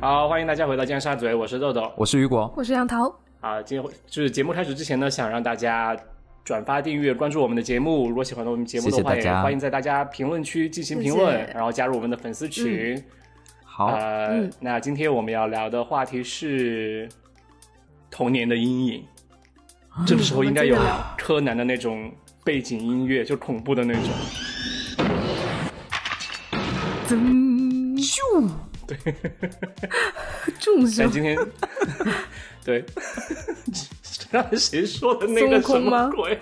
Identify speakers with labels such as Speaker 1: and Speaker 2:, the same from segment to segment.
Speaker 1: 好，欢迎大家回到尖沙咀，我是豆豆。
Speaker 2: 我是雨果，
Speaker 3: 我是杨桃，
Speaker 1: 啊，今天就是节目开始之前呢，想让大家转发、订阅、关注我们的节目。如果喜欢我们节目的话，
Speaker 2: 谢谢大
Speaker 1: 也
Speaker 2: 家
Speaker 1: 欢迎在大家评论区进行评论，
Speaker 3: 谢谢
Speaker 1: 然后加入我们的粉丝群。
Speaker 2: 好，
Speaker 1: 呃，
Speaker 3: 嗯
Speaker 1: 那今天我们要聊的话题是童年的阴影。这个时候应该有
Speaker 3: 我们接着聊
Speaker 1: 柯南的那种背景音乐，就恐怖的那种。
Speaker 3: 众
Speaker 1: 但
Speaker 2: 哎
Speaker 3: 生
Speaker 1: 今天，对， 让谁说的那个
Speaker 3: 孙悟空
Speaker 1: 什么
Speaker 3: 吗
Speaker 1: 鬼？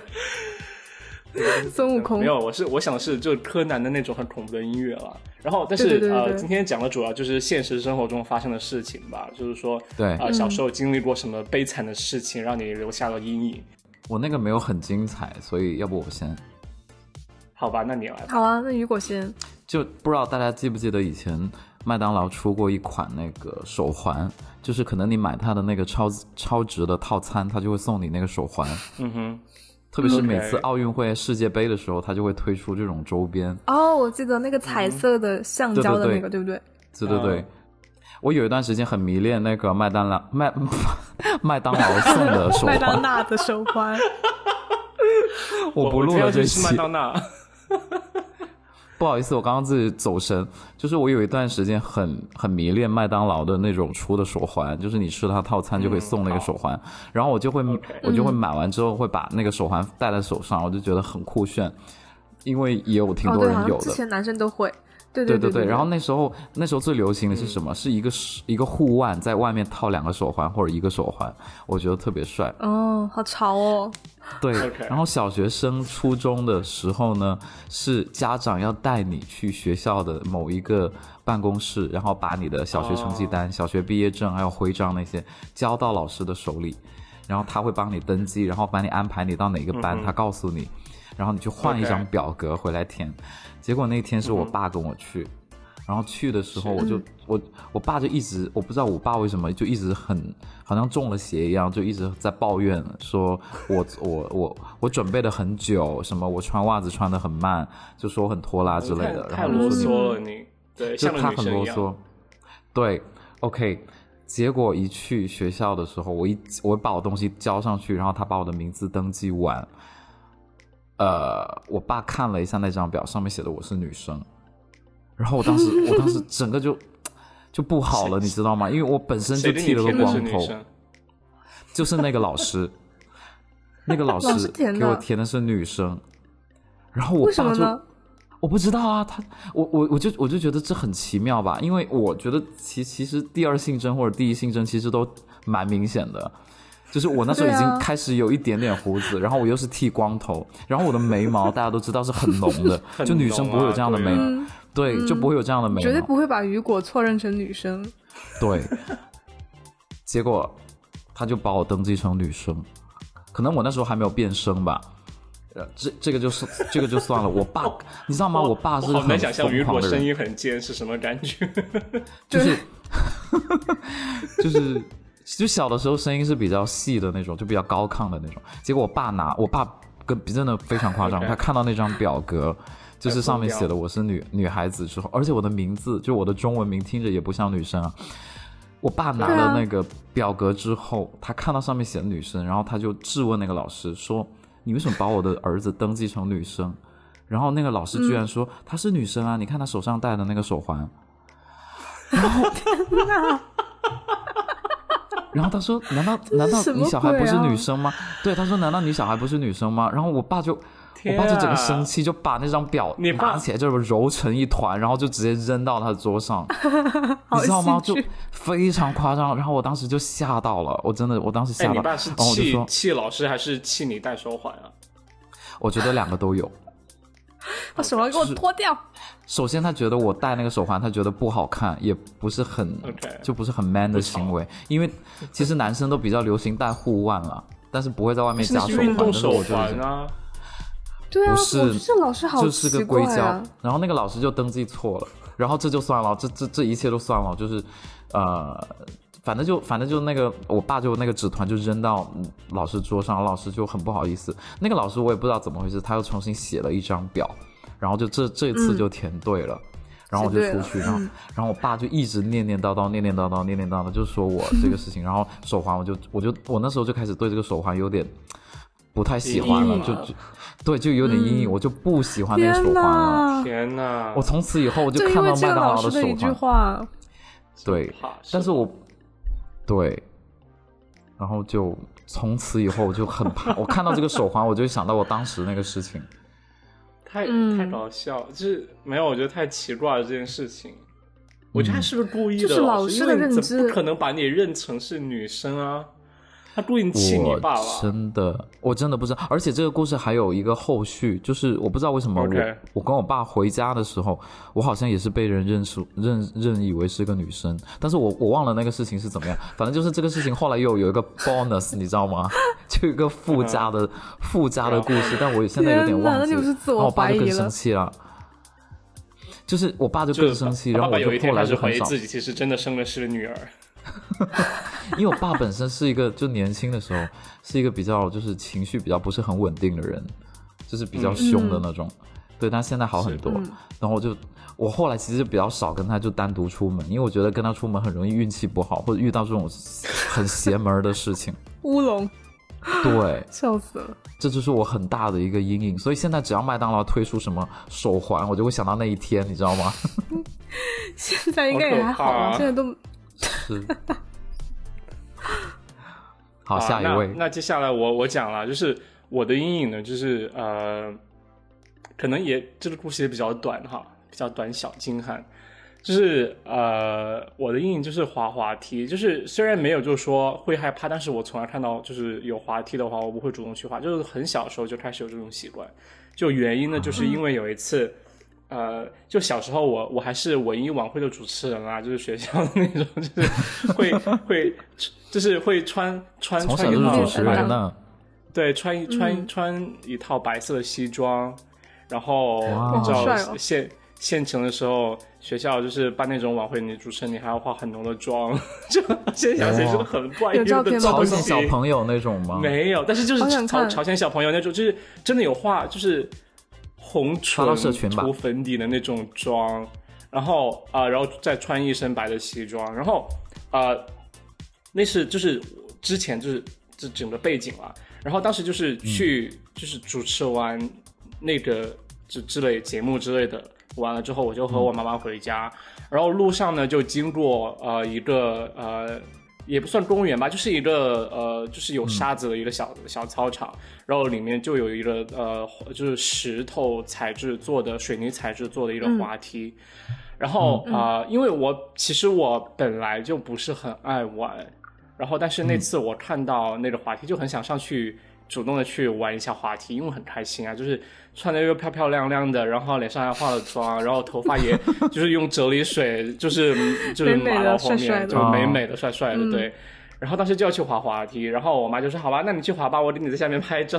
Speaker 3: 孙悟空
Speaker 1: 没，有，我是我想是就是柯南的那种很恐怖的音乐了。然后，但是
Speaker 3: 对对对对
Speaker 1: 呃，
Speaker 3: 对
Speaker 1: 今天讲的主要就是现实生活中发生的事情吧，就是说，
Speaker 2: 对
Speaker 1: 呃，小时候经历过什么悲惨的事情，让你留下了阴影。
Speaker 2: 我那个没有很精彩，所以要不我先
Speaker 1: 好吧，那你来吧。
Speaker 3: 好啊，那雨果先，
Speaker 2: 就不知道大家记不记得以前麦当劳出过一款那个手环，就是可能你买它的那个超超值的套餐，它就会送你那个手 环。
Speaker 1: 嗯哼，
Speaker 2: 特别是
Speaker 1: OK
Speaker 2: 每次奥运会、世界杯的时候，它就会推出这种周边。
Speaker 3: 哦，我记得那个彩色的橡胶的那个，
Speaker 2: 嗯
Speaker 3: 对不对？
Speaker 2: 对对对
Speaker 1: 嗯，
Speaker 2: 我有一段时间很迷恋那个麦当劳麦 麦当劳送 的手
Speaker 3: 麦当
Speaker 2: 环，
Speaker 3: 娜的手环，
Speaker 2: 我不录了这期
Speaker 1: 是。麦当娜。
Speaker 2: 不好意思，我刚刚自己走神，就是我有一段时间很很迷恋麦当劳的那种出的手环，就是你吃它套餐就会送那个手环，然后我就会
Speaker 1: OK
Speaker 2: 我就会买完之后会把那个手环戴在手上，我就觉得很酷炫，因为也有 挺
Speaker 3: 哦，
Speaker 2: 多
Speaker 3: 对，
Speaker 2: 人
Speaker 3: 好
Speaker 2: 有
Speaker 3: 像之
Speaker 2: 的。
Speaker 3: 前男生都会，对
Speaker 2: 对
Speaker 3: 对嗯
Speaker 2: 对然后那时候那时候最流行的是什么？是一个手一个护腕，在外面套两个手环或者一个手环，我觉得特别帅。
Speaker 3: 哦，好潮哦，
Speaker 2: 对
Speaker 1: OK
Speaker 2: 然后小学升初中的时候呢，是家长要带你去学校的某一个办公室，然后把你的小学成绩
Speaker 1: 哦
Speaker 2: 单、小学毕业证还有徽章那些交到老师的手里，然后他会帮你登记，然后把你安排你到哪个班，他告诉你，然后你去换
Speaker 1: 嗯
Speaker 2: 一
Speaker 1: OK 嗯
Speaker 2: 张表格回来填。结果那天是我爸跟我去。然后去的时候，我就我我爸就一直我不知道我爸为什么就一直很好像中了邪一样，就一直在抱怨说我我我我准备了很久，什么我穿袜子穿的很慢，就说我很拖 拉之类的，
Speaker 1: 太太
Speaker 2: 然后
Speaker 1: 啰
Speaker 2: 我就
Speaker 1: 嗦了你。对，
Speaker 2: 就
Speaker 1: 像个
Speaker 2: 他
Speaker 1: 女
Speaker 2: 很
Speaker 1: 生一
Speaker 2: 啰
Speaker 1: 样。
Speaker 2: 嗦。对，OK，结果一去学校的时候，我一我把我东西交上去，然后他把我的名字登记完，呃，我爸看了一下那张表，上面写的我是女生，然后我当时我 当时整个就就不好了，你知道吗？因为我本身就
Speaker 1: 谁给你
Speaker 2: 剃了
Speaker 1: 填
Speaker 2: 个
Speaker 1: 的是
Speaker 2: 光
Speaker 1: 女
Speaker 2: 头，
Speaker 1: 生？
Speaker 2: 就是那个 老师，那个老
Speaker 3: 老
Speaker 2: 师
Speaker 3: 师填的
Speaker 2: 给我填的是女生，然后我
Speaker 3: 为什
Speaker 2: 爸
Speaker 3: 么
Speaker 2: 就
Speaker 3: 呢？
Speaker 2: 我不知道啊，他我我我就我就觉得这很奇妙吧，因为我觉得其其实第二性征或者第一性征其实都蛮明显的，就是我那时候已
Speaker 3: 对
Speaker 2: 经
Speaker 3: 啊
Speaker 2: 开始有一点点胡子，然后我又是剃光头，然后我的眉毛大家都知道是很浓的，
Speaker 1: 很
Speaker 2: 就女生
Speaker 1: 浓啊
Speaker 2: 不会有这样的眉
Speaker 1: 对啊
Speaker 2: 毛，对，就不会有啊这样的眉
Speaker 3: 嗯绝对
Speaker 2: 毛，
Speaker 3: 不会把雨果错认成女生，
Speaker 2: 对，结果他就把我登记成女生，可能我那时候还没有变声吧。呃，这这个就是这个就算了，我爸你知道啊吗？我爸是
Speaker 1: 我
Speaker 2: 个
Speaker 1: 好难
Speaker 2: 很
Speaker 1: 想象
Speaker 2: 疯
Speaker 1: 雨
Speaker 2: 狂
Speaker 1: 果
Speaker 2: 的人
Speaker 1: 声音很尖是什么感觉。
Speaker 2: 就是
Speaker 3: 对
Speaker 2: 就是就小的时候声音是比较细的那种，就比较高亢的那种。结果我爸拿我爸跟真的非常夸张
Speaker 1: OK
Speaker 2: 他看到那张表格，就是上面
Speaker 1: 疯掉
Speaker 2: 写的我是女女孩子之后，而且我的名字就我的中文名听着也不像女生啊。我爸拿
Speaker 3: 对啊
Speaker 2: 了那个表格之后，他看到上面写的女生，然后他就质问那个老师说：“你为什么把我的儿子登记成女生？”然后那个老师
Speaker 1: 嗯
Speaker 2: 居然说：“她是女生啊，你看她手上戴的那个手环。” 然后他说：“难道难道
Speaker 3: 什么
Speaker 2: 你小孩不是
Speaker 3: 鬼啊
Speaker 2: 女生吗？”对，他说：“难道你小孩不是女生吗？”然后我爸就，
Speaker 1: 天
Speaker 2: 我爸就
Speaker 1: 啊
Speaker 2: 整个生气，就把那张表
Speaker 1: 你爸
Speaker 2: 拿起来就揉成一团，然后就直接扔到他的 桌上，你
Speaker 3: 好
Speaker 2: 知道吗？
Speaker 3: 戏
Speaker 2: 就
Speaker 3: 剧
Speaker 2: 非常夸张。然后我当时就吓到了，我真的，我当时
Speaker 1: 哎，
Speaker 2: 吓
Speaker 1: 你
Speaker 2: 到，
Speaker 1: 爸是
Speaker 2: 然后我就
Speaker 1: 气
Speaker 2: 说，
Speaker 1: 气老师还是气你戴手环啊？
Speaker 2: 我觉得两个都有。
Speaker 3: 把手环给我脱掉，
Speaker 2: 首先，他觉得我戴那个手环，他觉得不好看，也不是很
Speaker 1: OK
Speaker 2: 就不是很 man 的行为。因为其实男生都比较流行戴护腕了，但是不会在外面
Speaker 1: 是
Speaker 2: 加手
Speaker 1: 是
Speaker 2: 环。
Speaker 1: 运动
Speaker 2: 但是
Speaker 1: 手
Speaker 2: 我就已
Speaker 1: 环
Speaker 2: 经
Speaker 1: 啊。
Speaker 3: 对啊，
Speaker 2: 不
Speaker 3: 我
Speaker 2: 是
Speaker 3: 觉得这老师好
Speaker 2: 就是
Speaker 3: 奇
Speaker 2: 个硅
Speaker 3: 怪
Speaker 2: 胶
Speaker 3: 啊，。
Speaker 2: 然后那个老师就登记错了，然后这就算了，这这这一切都算了，就是，呃，反正就反正就那个我爸就那个纸团就扔到嗯老师桌上，老师就很不好意思。那个老师我也不知道怎么回事，他又重新写了一张表，然后就这这一次就填对了。然后我就
Speaker 3: 嗯对
Speaker 2: 出
Speaker 3: 了嗯
Speaker 2: 去，然后然后我爸就一直念念叨叨，念念叨叨，念念叨叨，就说我这个事情，然后手环我就我就我那时候就开始对这个手环有点不太喜欢了，
Speaker 1: 阴影
Speaker 2: 就
Speaker 1: 了
Speaker 2: 就对就有点阴影，我就不喜欢那个
Speaker 3: 嗯天
Speaker 2: 手环了。
Speaker 3: 哪！
Speaker 1: 天哪！
Speaker 2: 我从此以后我
Speaker 3: 就
Speaker 2: 看
Speaker 3: 因
Speaker 2: 到
Speaker 3: 为
Speaker 2: 麦
Speaker 3: 这个
Speaker 2: 当
Speaker 3: 老
Speaker 2: 劳
Speaker 3: 师
Speaker 2: 手
Speaker 3: 的一句
Speaker 2: 环，
Speaker 3: 话，
Speaker 2: 对，
Speaker 1: 怕
Speaker 2: 但是
Speaker 1: 吧
Speaker 2: 我对，然后就从此以后我就很怕，我看到这个手环，我就想到我当时那个事情。
Speaker 1: 太
Speaker 3: 嗯
Speaker 1: 太搞笑，就是没有，我觉得太奇怪了这件事情。我
Speaker 2: 嗯
Speaker 1: 觉得他是不是故意的？
Speaker 3: 就是老
Speaker 1: 师
Speaker 3: 师的
Speaker 1: 因为你怎么
Speaker 3: 认知
Speaker 1: 不可能把你认成是女生啊，他故意气你爸
Speaker 2: 我
Speaker 1: 爸。
Speaker 2: 真的，我真的不知道。而且这个故事还有一个后续，就是我不知道为什么我
Speaker 1: OK
Speaker 2: 我跟我爸回家的时候，我好像也是被人认识认认以为是个女生，但是我我忘了那个事情是怎么样。反正就是这个事情后来又有一个 bonus，你知道吗？ 就有一个附加
Speaker 1: 嗯
Speaker 2: 的附加的故事，但我也现在有点
Speaker 3: 天哪
Speaker 2: 忘
Speaker 3: 那
Speaker 2: 记
Speaker 3: 你
Speaker 2: 了。
Speaker 3: 不是自我
Speaker 2: 然后我爸
Speaker 3: 怀
Speaker 2: 就更
Speaker 3: 疑
Speaker 2: 生
Speaker 3: 了
Speaker 2: 气了。就是我爸就
Speaker 1: 就
Speaker 2: 更
Speaker 1: 是
Speaker 2: 生气，
Speaker 1: 他
Speaker 2: 然
Speaker 1: 爸爸
Speaker 2: 后我就
Speaker 1: 有一天
Speaker 2: 后来
Speaker 1: 开始
Speaker 2: 就
Speaker 1: 怀
Speaker 2: 很
Speaker 1: 疑
Speaker 2: 少
Speaker 1: 自己其实真的生的是个女儿。
Speaker 2: 因为我爸本身是一个，就年轻的时候是一个比较就是情绪比较不是很稳定的人，就是比较凶的那种。对，但现在好很多。然后我就我后来其实比较少跟他就单独出门，因为我觉得跟他出门很容易运气不好，或者遇到这种很邪门儿的事情。
Speaker 3: 乌龙，
Speaker 2: 对，
Speaker 3: 笑死了。
Speaker 2: 这就是我很大的一个阴影。所以现在只要麦当劳推出什么手环，我就会想到那一天，你知道吗？
Speaker 3: 现 在应该也还好
Speaker 1: 好可怕
Speaker 3: 吧？
Speaker 1: 啊
Speaker 3: 现在都
Speaker 2: 是。好，下一位
Speaker 1: 啊那。那接下来我我讲了，就是我的阴影呢，就是呃，可能也这个故事也比较短哈，比较短小精悍。就是呃，我的阴影就是滑滑梯，就是虽然没有就是说会害怕，但是我从来看到就是有滑梯的话，我不会主动去滑，就是很小的时候就开始有这种习惯。就原因呢，
Speaker 2: 嗯
Speaker 1: 就是因为有一次，呃，就小时候我我还是文艺晚会的主持人啊，就是学校的那种，就是会 会就是会穿穿
Speaker 2: 从小
Speaker 1: 穿一
Speaker 2: 就是
Speaker 1: 套
Speaker 2: 主持
Speaker 1: 白
Speaker 2: 人啊呢，
Speaker 1: 对，穿一穿一
Speaker 3: 嗯
Speaker 1: 穿一套白色的西装，然后
Speaker 2: 哇
Speaker 1: 你知
Speaker 3: 好
Speaker 1: 道
Speaker 3: 帅哦
Speaker 1: 县县城的时候，学校就是办那种晚会，你主持人你还要化很浓的妆， 就现在想起来
Speaker 2: 哇
Speaker 1: 真的很怪
Speaker 3: 有
Speaker 1: 异
Speaker 3: 照
Speaker 1: 的
Speaker 3: 片吗
Speaker 2: 朝
Speaker 1: 东
Speaker 2: 鲜
Speaker 1: 西。
Speaker 2: 小朋友那种吗？
Speaker 1: 没有，但是就是
Speaker 3: 好想
Speaker 1: 朝
Speaker 3: 看
Speaker 1: 朝鲜小朋友那种，就是真的有画，就是红
Speaker 2: 发
Speaker 1: 唇
Speaker 2: 到社群吧
Speaker 1: 涂粉底的那种妆，然后啊、然后再穿一身白的西装，然后啊、那是就是之前就是这整个背景了，然后当时就是去、
Speaker 2: 嗯
Speaker 1: 就是主持完那个之之类节目之类的。完了之后，我就和我妈妈回家，然后路上呢就经过呃一个呃也不算公园吧，就是一个呃，就是有沙子的一个小、小操场，然后里面就有一个呃，就是石头材质做的水泥材质做的一个滑梯，然后啊、呃因为我其实我本来就不是很爱玩，然后但是
Speaker 3: 嗯
Speaker 1: 那次我看到那个滑梯就很想上去主动的去玩一下滑梯，因为很开心啊，就是穿的又漂漂亮亮的，然后脸上还化了妆，然后头发 也就是用啫喱水就是就是
Speaker 3: 美美的
Speaker 1: 麻到后面
Speaker 3: 帅帅的哦嗯
Speaker 1: 就美美的帅帅的、对。然后当时就要去滑滑梯，然后我妈就说：“好吧，那你去滑吧，我给你在下面拍照。”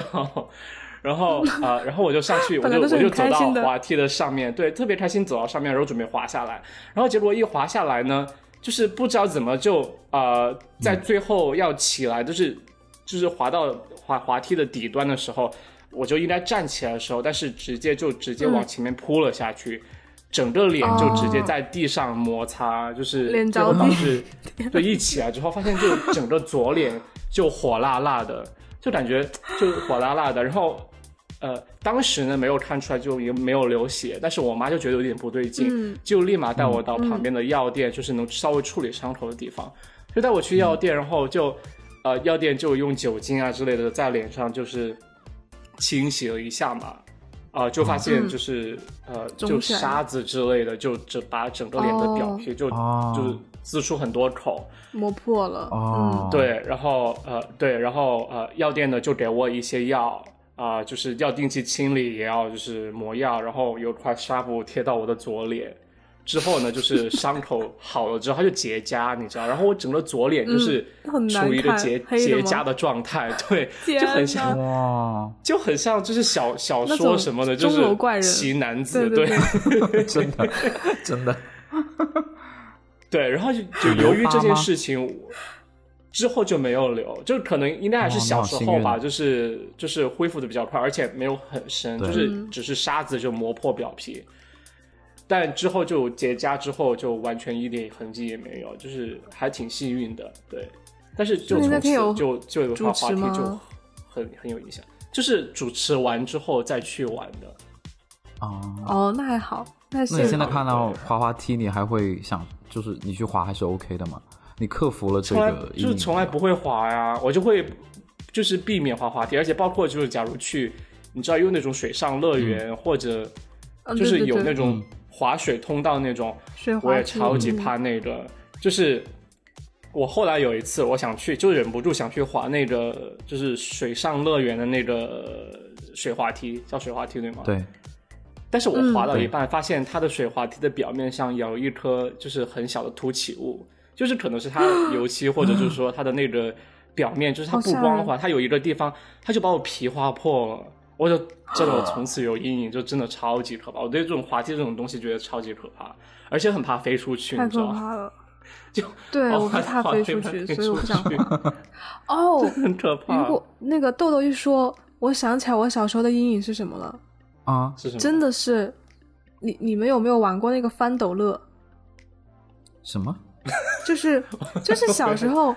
Speaker 1: 然后啊、呃然后我就上 去，我
Speaker 3: 本来
Speaker 1: 就
Speaker 3: 都是
Speaker 1: 我就
Speaker 3: 很
Speaker 1: 走
Speaker 3: 开
Speaker 1: 到
Speaker 3: 心的
Speaker 1: 滑梯的上面，对，特别开心走到上面，然后准备滑下来，然后结果一滑下来呢，就是不知道怎么就呃，在最后要起来，就是就是滑到滑滑梯的底端的时候，我就应该站起来的时候，但是直接就直接
Speaker 3: 嗯
Speaker 1: 往前面扑了下去。整个脸就直接在地上摩擦，就是
Speaker 3: 脸哦着
Speaker 1: 最后导
Speaker 3: 地
Speaker 1: 致对一起来之后，发现就整个左脸就火辣辣的，就感觉就火辣辣的。然后，呃，当时呢没有看出来，就也没有流血，但是我妈就觉得有点不对劲，
Speaker 3: 嗯
Speaker 1: 就立马带我到旁边的药店，就是能稍微处理伤口的地方，就带我去药店，然后就呃药店就用酒精啊之类的在脸上就是清洗了一下嘛。啊、就发现
Speaker 3: 嗯
Speaker 1: 就是、呃，
Speaker 3: 肿
Speaker 1: 就
Speaker 3: 起来
Speaker 1: 沙子之类的，就只把整个脸的表
Speaker 3: 哦
Speaker 1: 皮就、
Speaker 2: 哦
Speaker 1: 就是滋出很多口，
Speaker 3: 磨破了。嗯啊
Speaker 2: 哦，，
Speaker 1: 对，然后呃，对，然后呃，药店呢就给我一些药啊、就是要定期清理，也要就是抹药，然后有块纱布贴到我的左脸。之后呢，就是伤口好了之后，它就结痂，你知道，然后我整个左脸就是
Speaker 3: 嗯很难
Speaker 1: 处于一个
Speaker 3: 看
Speaker 1: 结
Speaker 3: 黑的
Speaker 1: 结
Speaker 3: 吗
Speaker 1: 痂的状态，对，
Speaker 3: 天
Speaker 1: 就很
Speaker 3: 哪
Speaker 1: 像
Speaker 2: 哇，
Speaker 1: 就很像就是小小
Speaker 3: 那
Speaker 1: 说
Speaker 3: 种
Speaker 1: 什么的，就
Speaker 3: 钟楼怪
Speaker 1: 是
Speaker 3: 人
Speaker 1: 奇男子，
Speaker 3: 对对
Speaker 2: 真 的，真的，
Speaker 1: 对，然后 就就由于这件事情，之后就没有留，就可能应该还是小时候
Speaker 2: 哦那好幸
Speaker 1: 吧，
Speaker 2: 运
Speaker 1: 就是就是
Speaker 3: 嗯
Speaker 1: 恢复的比较快，而且没有很深，
Speaker 2: 对
Speaker 1: 就是只是沙子就磨破表皮。但之后就结痂之后就完全一点痕迹也没有，就是还挺幸运的，对。但是就
Speaker 3: 那
Speaker 1: 从
Speaker 3: 那天有
Speaker 1: 此就就滑
Speaker 3: 主
Speaker 1: 滑
Speaker 3: 持
Speaker 1: 梯就
Speaker 3: 吗
Speaker 1: 很很有影响，就是主持完之后再去玩的，
Speaker 2: 啊、
Speaker 3: 哦，那还好，那
Speaker 2: 那你
Speaker 3: 幸
Speaker 2: 现在
Speaker 3: 好。
Speaker 2: 看到滑滑梯，你还会想，就是你去滑还是 OK 的吗？你克服了这
Speaker 1: 从来
Speaker 2: 个阴
Speaker 1: 就是
Speaker 2: 影，
Speaker 1: 从来不会滑呀、我就会就是避免滑滑梯，而且包括就是假如去，你知道有那种水上乐园、或者
Speaker 3: 嗯
Speaker 1: 就
Speaker 3: 对
Speaker 1: 是
Speaker 3: 对
Speaker 1: 有
Speaker 3: 对
Speaker 1: 那种滑水通道那种，
Speaker 3: 水
Speaker 1: 我
Speaker 3: 滑
Speaker 1: 也
Speaker 3: 梯，
Speaker 1: 超级怕那个，就是。我后来有一次，我想去，就忍不住想去滑那个，就是水上乐园的那个水滑梯，叫水滑梯对吗？。
Speaker 2: 对，
Speaker 1: 但是我滑到
Speaker 2: 嗯
Speaker 1: 一半，发现它的水滑梯的表面上有一颗就是很小的凸起物，就是可能是它油漆或者就是说它的那个表面，就是它
Speaker 3: 好
Speaker 1: 不
Speaker 3: 吓
Speaker 1: 光
Speaker 3: 人
Speaker 1: 滑，它有一个地方，它就把我皮划破了。我就真的，我从此有阴影，就真的超级可怕。我对这种滑梯这种东西觉得超级可怕，而且很怕飞出去，
Speaker 3: 太
Speaker 1: 你知
Speaker 3: 可
Speaker 1: 道吗？
Speaker 3: 怕了。
Speaker 1: 就
Speaker 3: 对，
Speaker 1: 哦
Speaker 3: 我会 怕
Speaker 1: 滑
Speaker 3: 飞
Speaker 1: 梯
Speaker 3: 出
Speaker 1: 怕
Speaker 3: 去，
Speaker 1: 飞
Speaker 3: 所以我
Speaker 1: 出
Speaker 3: 不想
Speaker 1: 去
Speaker 3: 滑。 哦，
Speaker 1: 很可怕。
Speaker 3: 如果那个豆豆一说，我想起来我小时候的阴影是什么了，
Speaker 2: 啊，
Speaker 1: 是什么？
Speaker 3: 真的是，你你们有没有玩过那个翻斗乐？
Speaker 2: 什么？
Speaker 3: 就是就是小时 候，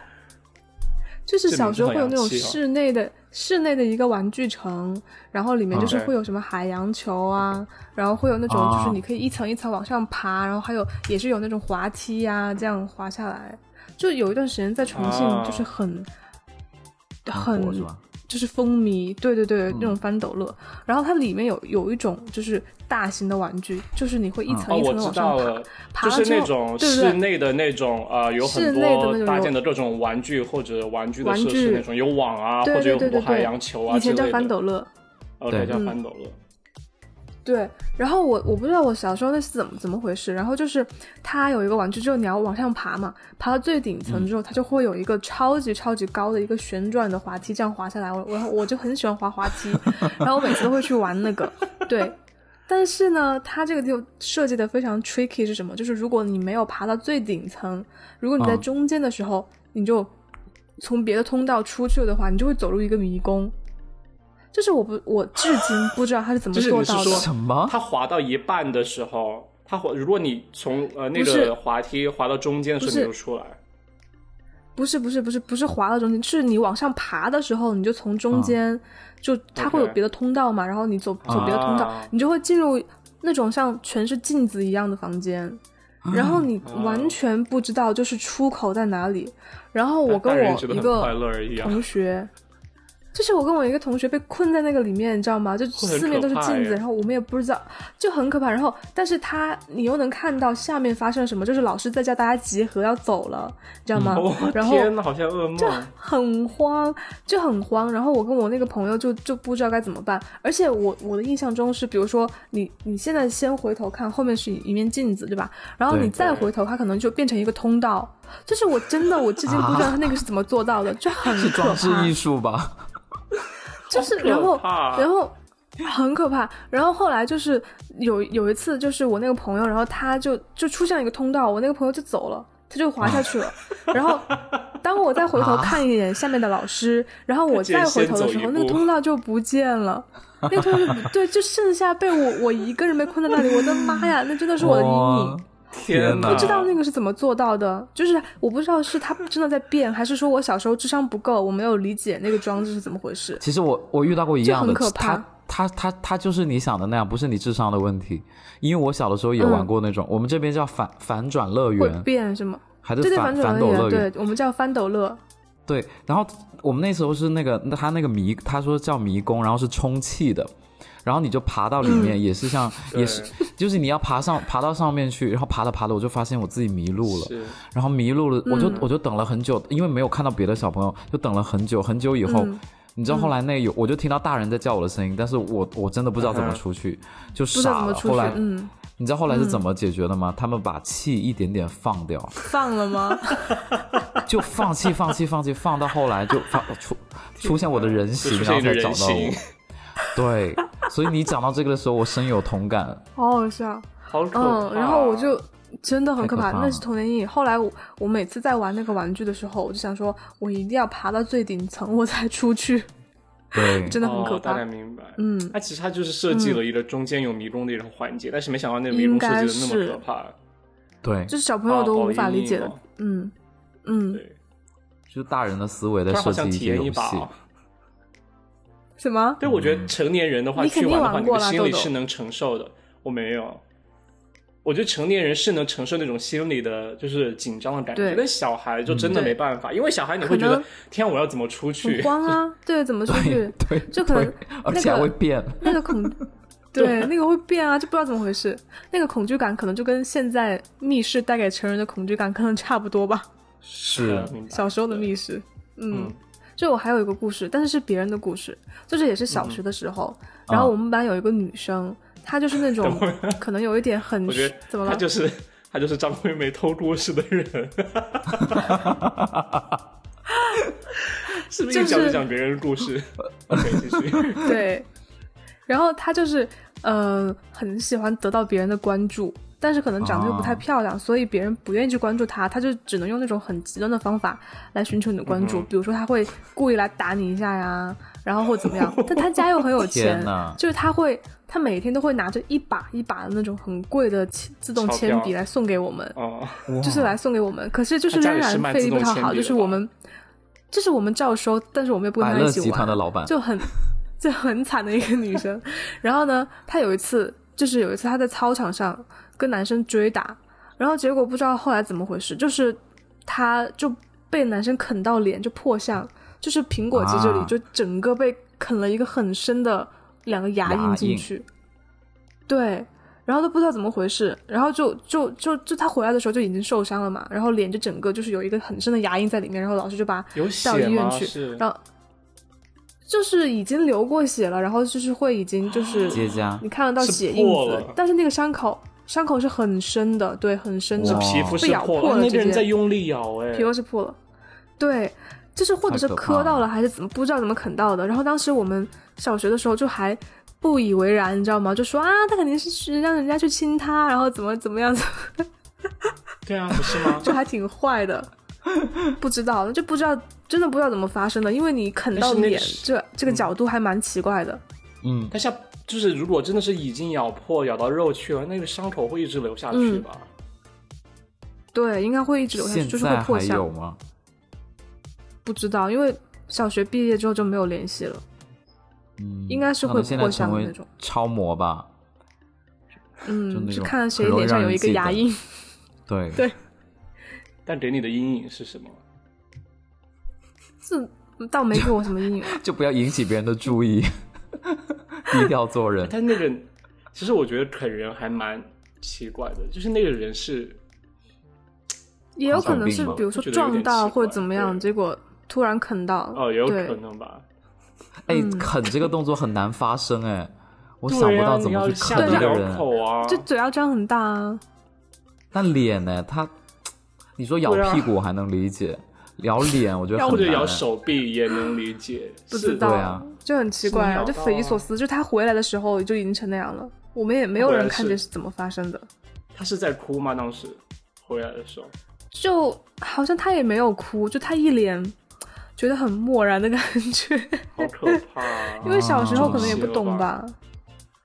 Speaker 3: 就是小时候会有那种
Speaker 1: 这名字好洋气哦
Speaker 3: 室内的、室内的一个玩具城，然后里面就是
Speaker 1: 嗯
Speaker 3: 会有什么海洋球啊，然后会有那种
Speaker 2: 啊
Speaker 3: 就是你可以一层一层往上爬，然后还有也是有那种滑梯呀、这样滑下来。就有一段时间在重庆
Speaker 1: 啊
Speaker 3: 就是很、
Speaker 2: 韩国
Speaker 3: 很
Speaker 2: 是吧？
Speaker 3: 就是风靡，对对
Speaker 1: 嗯
Speaker 3: 对，那种翻斗乐。然后它里面有有一种就是大型的玩具，就是你会一层
Speaker 1: 哦，
Speaker 3: 一
Speaker 1: 我
Speaker 3: 层的
Speaker 1: 知
Speaker 3: 往
Speaker 1: 道
Speaker 3: 上爬，
Speaker 1: 了，
Speaker 3: 爬
Speaker 1: 就
Speaker 3: 了
Speaker 1: 是
Speaker 3: 之
Speaker 1: 那
Speaker 3: 后，
Speaker 1: 种
Speaker 3: 对
Speaker 1: 室
Speaker 3: 对
Speaker 1: 内的那种呃，有
Speaker 3: 室
Speaker 1: 很
Speaker 3: 内的那
Speaker 1: 多
Speaker 3: 种
Speaker 1: 搭
Speaker 3: 有
Speaker 1: 建的各种玩具或者玩具的
Speaker 3: 玩
Speaker 1: 设施
Speaker 3: 具
Speaker 1: 那种，有网啊，
Speaker 3: 对
Speaker 1: 或者
Speaker 3: 对
Speaker 1: 有
Speaker 3: 对
Speaker 1: 很多
Speaker 3: 对对
Speaker 1: 海洋球啊
Speaker 3: 以
Speaker 1: 之
Speaker 3: 前叫
Speaker 1: 类
Speaker 3: 翻
Speaker 1: 的。
Speaker 3: 斗乐。
Speaker 1: 哦，对，
Speaker 2: 对
Speaker 1: 叫
Speaker 3: 嗯
Speaker 1: 翻斗乐。
Speaker 3: 对，然后我我不知道我小时候那是怎么怎么回事，然后就是它有一个玩具，之后你要往上爬嘛，爬到最顶
Speaker 1: 嗯
Speaker 3: 层之后，它就会有一个超级超级高的一个旋转的滑梯，这样滑下来，我我我就很喜欢滑滑梯，然后我每次都会去玩那个，对。但是呢，它这个就设计的非常 tricky 是什么？就是如果你没有爬到最顶层，如果你在
Speaker 2: 嗯
Speaker 3: 中间的时候，你就从别的通道出去了的话，你就会走入一个迷宫。就是我不，我至今不知道它是怎么
Speaker 1: 就是你
Speaker 3: 做
Speaker 1: 是
Speaker 3: 到的。
Speaker 1: 说
Speaker 2: 什么？
Speaker 1: 它滑到一半的时候，它滑，如果你从呃那
Speaker 3: 不是
Speaker 1: 个滑梯滑到中间的时候，
Speaker 3: 不是
Speaker 1: 你就出来。
Speaker 3: 不是不是不是不是滑到中间，是你往上爬的时候，你就从中间、就它会有
Speaker 1: 啊 OK
Speaker 3: 别的通道嘛，然后你走走别的通道，
Speaker 1: 啊
Speaker 3: 你就会进入那种像全是镜子一样的房间，
Speaker 1: 啊
Speaker 3: 然后你完全不知道就是出口在哪里。然后我跟
Speaker 1: 大人
Speaker 3: 我
Speaker 1: 觉得
Speaker 3: 一
Speaker 1: 很快
Speaker 3: 个
Speaker 1: 乐而已啊。
Speaker 3: 同学，就是我跟我一个同学被困在那个里面，你知道吗？就
Speaker 1: 很
Speaker 3: 四面
Speaker 1: 可
Speaker 3: 都是
Speaker 1: 怕
Speaker 3: 镜
Speaker 1: 耶
Speaker 3: 子，然后我们也不知道，就很可怕。然后，但是他你又能看到下面发生了什么，就是老师在叫大家集合要走了，你知道吗？
Speaker 1: 哦
Speaker 3: 然后
Speaker 1: 天呐，好像噩梦。
Speaker 3: 很慌，就很慌。然后我跟我那个朋友就就不知道该怎么办。而且我我的印象中是，比如说你你现在先回头看，后面是一面镜子，对吧？然后
Speaker 2: 对
Speaker 3: 你再回头，它可能就变成一个通道。就是我真的我至今不知道它那个是怎么做到的，就很
Speaker 2: 是
Speaker 3: 可怕
Speaker 2: 装。置艺术吧？
Speaker 3: 就是
Speaker 1: 好可
Speaker 3: 然后
Speaker 1: 怕啊
Speaker 3: 然后很可怕。然后后来就是有有一次，就是我那个朋友，然后他就就出现了一个通道，我那个朋友就走了，他就滑下去 了。然后当我再回头
Speaker 2: 啊
Speaker 3: 看一眼下面的老师，然后我
Speaker 1: 他竟然
Speaker 3: 再回
Speaker 1: 先
Speaker 3: 头的
Speaker 1: 走
Speaker 3: 时
Speaker 1: 一
Speaker 3: 候，那个
Speaker 1: 步
Speaker 3: 通道就不见了。那个通道就不对，就剩下被我我一个人被困在那里，我的妈呀，那真的是我的阴影
Speaker 2: 哇。
Speaker 1: 天
Speaker 2: 天哪
Speaker 1: 哪！
Speaker 3: 不知道那个是怎么做到的，就是我不知道是他真的在变，还是说我小时候智商不够，我没有理解那个装置是怎么回事。
Speaker 2: 其实我我遇到过一样的，
Speaker 3: 就很可怕
Speaker 2: 他他他他就是你想的那样，不是你智商的问题。因为我小的时候也玩过那种，我们这边叫反反转乐
Speaker 3: 嗯会
Speaker 2: 园，
Speaker 3: 变什么？
Speaker 2: 还是
Speaker 3: 对对，
Speaker 2: 反
Speaker 3: 转
Speaker 2: 斗
Speaker 3: 乐
Speaker 2: 乐园，
Speaker 3: 对我们叫翻斗乐，
Speaker 2: 对，然后我们那时候是那个他那个迷，他说叫迷宫，然后是充气的，然后你就爬到里
Speaker 3: 嗯
Speaker 2: 面，也是 像、也是就是你要爬上爬到上面去，然后爬着爬着我就发现我自己迷路了，
Speaker 1: 是
Speaker 2: 然后迷路了，我就、
Speaker 3: 嗯
Speaker 2: 我就等了很久，因为没有看到别的小朋友，就等了很久很久以后。
Speaker 3: 嗯
Speaker 2: 你知道后来那有，我就听到大人在叫我的声音，但是我我真的不知道怎
Speaker 1: 嗯
Speaker 2: 么
Speaker 1: 哼
Speaker 2: 出去，就
Speaker 3: 不知道
Speaker 2: 傻
Speaker 3: 怎
Speaker 2: 了。
Speaker 3: 么出
Speaker 2: 后
Speaker 3: 去
Speaker 2: 来，
Speaker 3: 嗯，
Speaker 2: 你知道后来是怎么解决的吗？他们把气一点点放掉，
Speaker 3: 放了吗？
Speaker 2: 就放弃，放弃，放弃，放到后来就放哦出出现我的人
Speaker 1: 就
Speaker 2: 形，
Speaker 1: 出
Speaker 2: 然
Speaker 1: 现
Speaker 2: 后
Speaker 1: 一个
Speaker 2: 才
Speaker 1: 人
Speaker 2: 找到
Speaker 1: 形
Speaker 2: 我。，对，所以你讲到这个的时候，我深有同感。
Speaker 3: 好好笑，
Speaker 1: 好可怕。
Speaker 3: 嗯，然后我就。真的很可怕，
Speaker 2: 太可怕了
Speaker 3: 那是童年阴影。后来我我每 次在玩那个玩具的时候，我就想说，我一定要爬到最顶层，我才出去。
Speaker 2: 对，
Speaker 3: 真的很可
Speaker 1: 哦，大
Speaker 3: 怕。
Speaker 1: 概明白。
Speaker 3: 嗯，
Speaker 1: 它其实它就是设计了一个中间有迷宫的一个环节，但是没想到那个迷宫
Speaker 3: 应
Speaker 1: 设
Speaker 3: 该
Speaker 1: 计的那么
Speaker 3: 是
Speaker 1: 可怕，
Speaker 2: 对，
Speaker 3: 就是小朋友
Speaker 1: 啊
Speaker 3: 都
Speaker 1: 保
Speaker 3: 无法
Speaker 1: 音
Speaker 3: 理
Speaker 1: 译
Speaker 3: 解的。
Speaker 1: 嘛
Speaker 3: 嗯嗯，
Speaker 1: 对，
Speaker 2: 就是大人的思维在
Speaker 1: 突然好
Speaker 2: 设
Speaker 1: 想
Speaker 2: 计
Speaker 1: 体
Speaker 2: 些
Speaker 1: 验一
Speaker 2: 游
Speaker 1: 把
Speaker 2: 戏
Speaker 1: 哦。。
Speaker 3: 什么？
Speaker 1: 对，我觉得成年人的话，
Speaker 3: 嗯你肯
Speaker 1: 去
Speaker 3: 定
Speaker 1: 玩的
Speaker 3: 玩
Speaker 1: 话，你
Speaker 3: 过
Speaker 1: 的
Speaker 3: 啦
Speaker 1: 心
Speaker 3: 豆
Speaker 1: 理
Speaker 3: 豆
Speaker 1: 是能承受的。我没有，我觉得成年人是能承受那种心理的，就是紧张的感觉。
Speaker 3: 对
Speaker 1: 但小孩就真的
Speaker 3: 嗯
Speaker 1: 没办法，因为小孩你
Speaker 3: 可
Speaker 1: 会觉得
Speaker 3: 能，
Speaker 1: 天啊，我要怎么出去
Speaker 3: 很？慌 啊！对，怎么出
Speaker 2: 对
Speaker 3: 去？
Speaker 2: 对，
Speaker 3: 就可能
Speaker 2: 对而且还会变。
Speaker 3: 那 个恐，对，那个会变啊，就不知道怎么回事。那个恐惧感可能就跟现在密室带给成人的恐惧感可能差不多吧。
Speaker 2: 是
Speaker 1: 嗯明白
Speaker 3: 小时候的
Speaker 1: 啊对
Speaker 3: 密室，嗯
Speaker 1: 嗯，
Speaker 3: 就我还有一个故事，但是是别人的故事，就是也是小学的时候，
Speaker 1: 嗯
Speaker 3: 然后
Speaker 1: 啊
Speaker 3: 我们班有一个女生，她就是 那种可能有一点很
Speaker 1: 我觉得
Speaker 3: 怎么
Speaker 1: 他
Speaker 3: 了？
Speaker 1: 就是他就是张惠妹偷故事的人，是不是
Speaker 3: 就
Speaker 1: 一讲
Speaker 3: 是
Speaker 1: 讲别人的故 事？可以继续。
Speaker 3: 对，然后她就是呃很喜欢得到别人的关注，但是可能长得又不太
Speaker 2: 啊
Speaker 3: 漂亮，所以别人不愿意去关注她，她就只能用那种很极端的方法来寻求你的关注，
Speaker 1: 嗯哼
Speaker 3: 比如说她会故意来打你一下呀，然后或怎么 样，但她家又很有钱
Speaker 2: 天，呐，
Speaker 3: 就是他会，他每天都会拿着一把一把的那种很贵的铅自动
Speaker 1: 钞
Speaker 3: 铅笔
Speaker 1: 票
Speaker 3: 来送给我们，
Speaker 1: 哦，
Speaker 3: 就是来送给我们。可是就是
Speaker 1: 他家
Speaker 3: 仍
Speaker 1: 里是
Speaker 3: 然
Speaker 1: 卖
Speaker 3: 费
Speaker 1: 自
Speaker 3: 力不
Speaker 1: 动
Speaker 3: 讨
Speaker 1: 铅
Speaker 3: 好，
Speaker 1: 笔
Speaker 3: 就
Speaker 1: 的
Speaker 3: 是我
Speaker 1: 吧
Speaker 3: 们，就是我们照收，但是我们也不跟
Speaker 2: 百
Speaker 3: 他一
Speaker 2: 乐
Speaker 3: 起
Speaker 2: 集
Speaker 3: 玩
Speaker 2: 团，的老板
Speaker 3: 就很就很惨的一个女生。然后呢，她有一次就是有一次她在操场上跟男生追打，然后结果不知道后来怎么回事，就是她就被男生啃到脸就破相，就是苹果肌这里
Speaker 2: 啊
Speaker 3: 就整个被啃了一个很深的两个牙
Speaker 2: 牙
Speaker 3: 印进
Speaker 2: 印
Speaker 3: 去，对。然后都不知道怎么回事，然后就就就就她回来的时候就已经受伤了嘛，然后脸就整个就是有一个很深的牙印在里面，然后老师就把
Speaker 1: 有
Speaker 3: 到
Speaker 1: 血
Speaker 3: 医院
Speaker 1: 吗？
Speaker 3: 去，
Speaker 1: 是
Speaker 3: 然后就是已经流过血了，然后就是会已经就是
Speaker 2: 结 痂，
Speaker 3: 你看得到
Speaker 1: 是
Speaker 3: 血印
Speaker 1: 破
Speaker 3: 子
Speaker 1: 了，
Speaker 3: 但是那个伤口伤口是很深的，对，很深的
Speaker 2: 哇，
Speaker 1: 皮肤
Speaker 3: 被
Speaker 1: 是
Speaker 3: 咬
Speaker 1: 破
Speaker 3: 破了
Speaker 1: 那
Speaker 3: 直
Speaker 1: 个人
Speaker 3: 接
Speaker 1: 在用力咬，哎
Speaker 3: 皮，肤是破了，对，就是或者是
Speaker 2: 太可怕
Speaker 3: 磕到
Speaker 2: 了
Speaker 3: 了，还是怎么不知道怎么啃到的。然后当时我们小学的时候就还不以为然，你知道吗？就说啊，他肯定是去让人家去亲他，然后怎么怎么样，
Speaker 1: 对啊，不是吗？
Speaker 3: 就还挺坏的。不知道，就不知道，真的不知道怎么发生的，因为你啃
Speaker 1: 但
Speaker 3: 到
Speaker 1: 是那个
Speaker 3: 脸，
Speaker 1: 是嗯
Speaker 3: 这这个角度还蛮奇怪的。
Speaker 2: 嗯，
Speaker 1: 但像就是如果真的是已经咬破咬到肉去了，那个伤口会一直流下去
Speaker 3: 嗯
Speaker 1: 吧？
Speaker 3: 对，应该会一直留下去，
Speaker 2: 现
Speaker 3: 就是会
Speaker 2: 在
Speaker 3: 破
Speaker 2: 还有
Speaker 3: 相。
Speaker 2: 吗？
Speaker 3: 不知道，因为小学毕业之后就没有联系了，
Speaker 2: 嗯，
Speaker 3: 应该是
Speaker 2: 可
Speaker 3: 会
Speaker 2: 能现在
Speaker 3: 破相
Speaker 2: 成
Speaker 3: 的
Speaker 2: 为
Speaker 3: 那种。
Speaker 2: 超模吧？就
Speaker 3: 嗯，
Speaker 2: 那
Speaker 3: 就
Speaker 2: 种
Speaker 3: 看谁
Speaker 2: 很容易
Speaker 3: 脸上
Speaker 2: 让
Speaker 3: 有
Speaker 2: 人
Speaker 3: 一个
Speaker 2: 记
Speaker 3: 牙
Speaker 2: 得
Speaker 3: 印。
Speaker 2: 对
Speaker 3: 对
Speaker 1: 但给你的阴影是什么？
Speaker 3: 这倒没给我什 么阴影啊。
Speaker 2: 就不要引起别人的注意， 低调做人。
Speaker 1: 但那个，其实我觉得啃人还蛮奇怪的，就是那个人是
Speaker 3: 也有可能是
Speaker 2: 狂犬病吗
Speaker 3: 比如说
Speaker 1: 我觉得有
Speaker 3: 撞
Speaker 1: 点
Speaker 3: 到
Speaker 1: 奇
Speaker 3: 或者
Speaker 1: 怪
Speaker 3: 怎么样，
Speaker 1: 对
Speaker 3: 结果突然啃到了。
Speaker 1: 哦，也有
Speaker 3: 对
Speaker 1: 可能吧。
Speaker 2: 哎，啃这个动作很难发生哎，我想
Speaker 1: 对
Speaker 2: 不
Speaker 1: 啊，
Speaker 2: 到
Speaker 1: 你
Speaker 2: 怎么
Speaker 1: 要
Speaker 2: 去
Speaker 1: 下得
Speaker 2: 啃一个
Speaker 1: 了
Speaker 2: 人。
Speaker 1: 口啊，
Speaker 3: 就嘴要张很大啊。
Speaker 2: 但脸呢？他，你说咬
Speaker 1: 对啊
Speaker 2: 屁股我还能理解，咬 脸我觉得
Speaker 1: 或
Speaker 2: 很
Speaker 1: 者
Speaker 2: 难。啊哎
Speaker 1: 咬手臂也能理解，
Speaker 3: 不
Speaker 1: 是
Speaker 3: 知道，
Speaker 2: 对啊
Speaker 3: 就很奇怪啊，
Speaker 1: 是
Speaker 3: 就
Speaker 1: 你
Speaker 3: 匪夷所思。就他回来的时候就已经成那样了，我们也没有
Speaker 1: 回来
Speaker 3: 人看
Speaker 1: 是
Speaker 3: 见是怎么发生的，
Speaker 1: 他是在哭吗？当时回来的时候，
Speaker 3: 就好像他也没有哭，就他一脸觉得很漠然的感觉，
Speaker 1: 好可怕、啊
Speaker 3: 因。为小时候可能也不懂
Speaker 1: 啊
Speaker 3: 吧。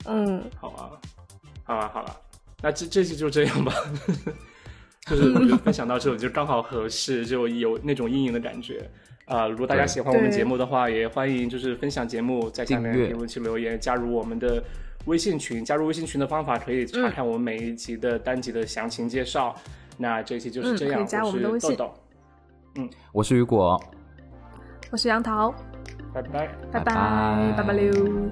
Speaker 3: 嗯，
Speaker 1: 好啊，好啊，好啊，那这这期就这样吧。 就是我觉得分享到这里就刚好合适，就有那种阴影的感觉。啊、如果大家
Speaker 2: 对
Speaker 1: 喜欢我们
Speaker 3: 对
Speaker 1: 节目的话，也欢迎就是分享节目，在下面
Speaker 2: 订阅
Speaker 1: 评论区留言，加入我们的微信群。加入微信群的方法可以
Speaker 3: 嗯
Speaker 1: 查看我们每一集的单集的详情介绍。那这期就是
Speaker 3: 嗯
Speaker 1: 这
Speaker 3: 可以
Speaker 1: 样，
Speaker 3: 加我们的微
Speaker 1: 是豆
Speaker 3: 信
Speaker 1: 豆，
Speaker 2: 我是雨果，
Speaker 3: 我是杨桃，
Speaker 1: 拜拜。
Speaker 3: 拜
Speaker 2: 拜拜
Speaker 3: 拜拜溜。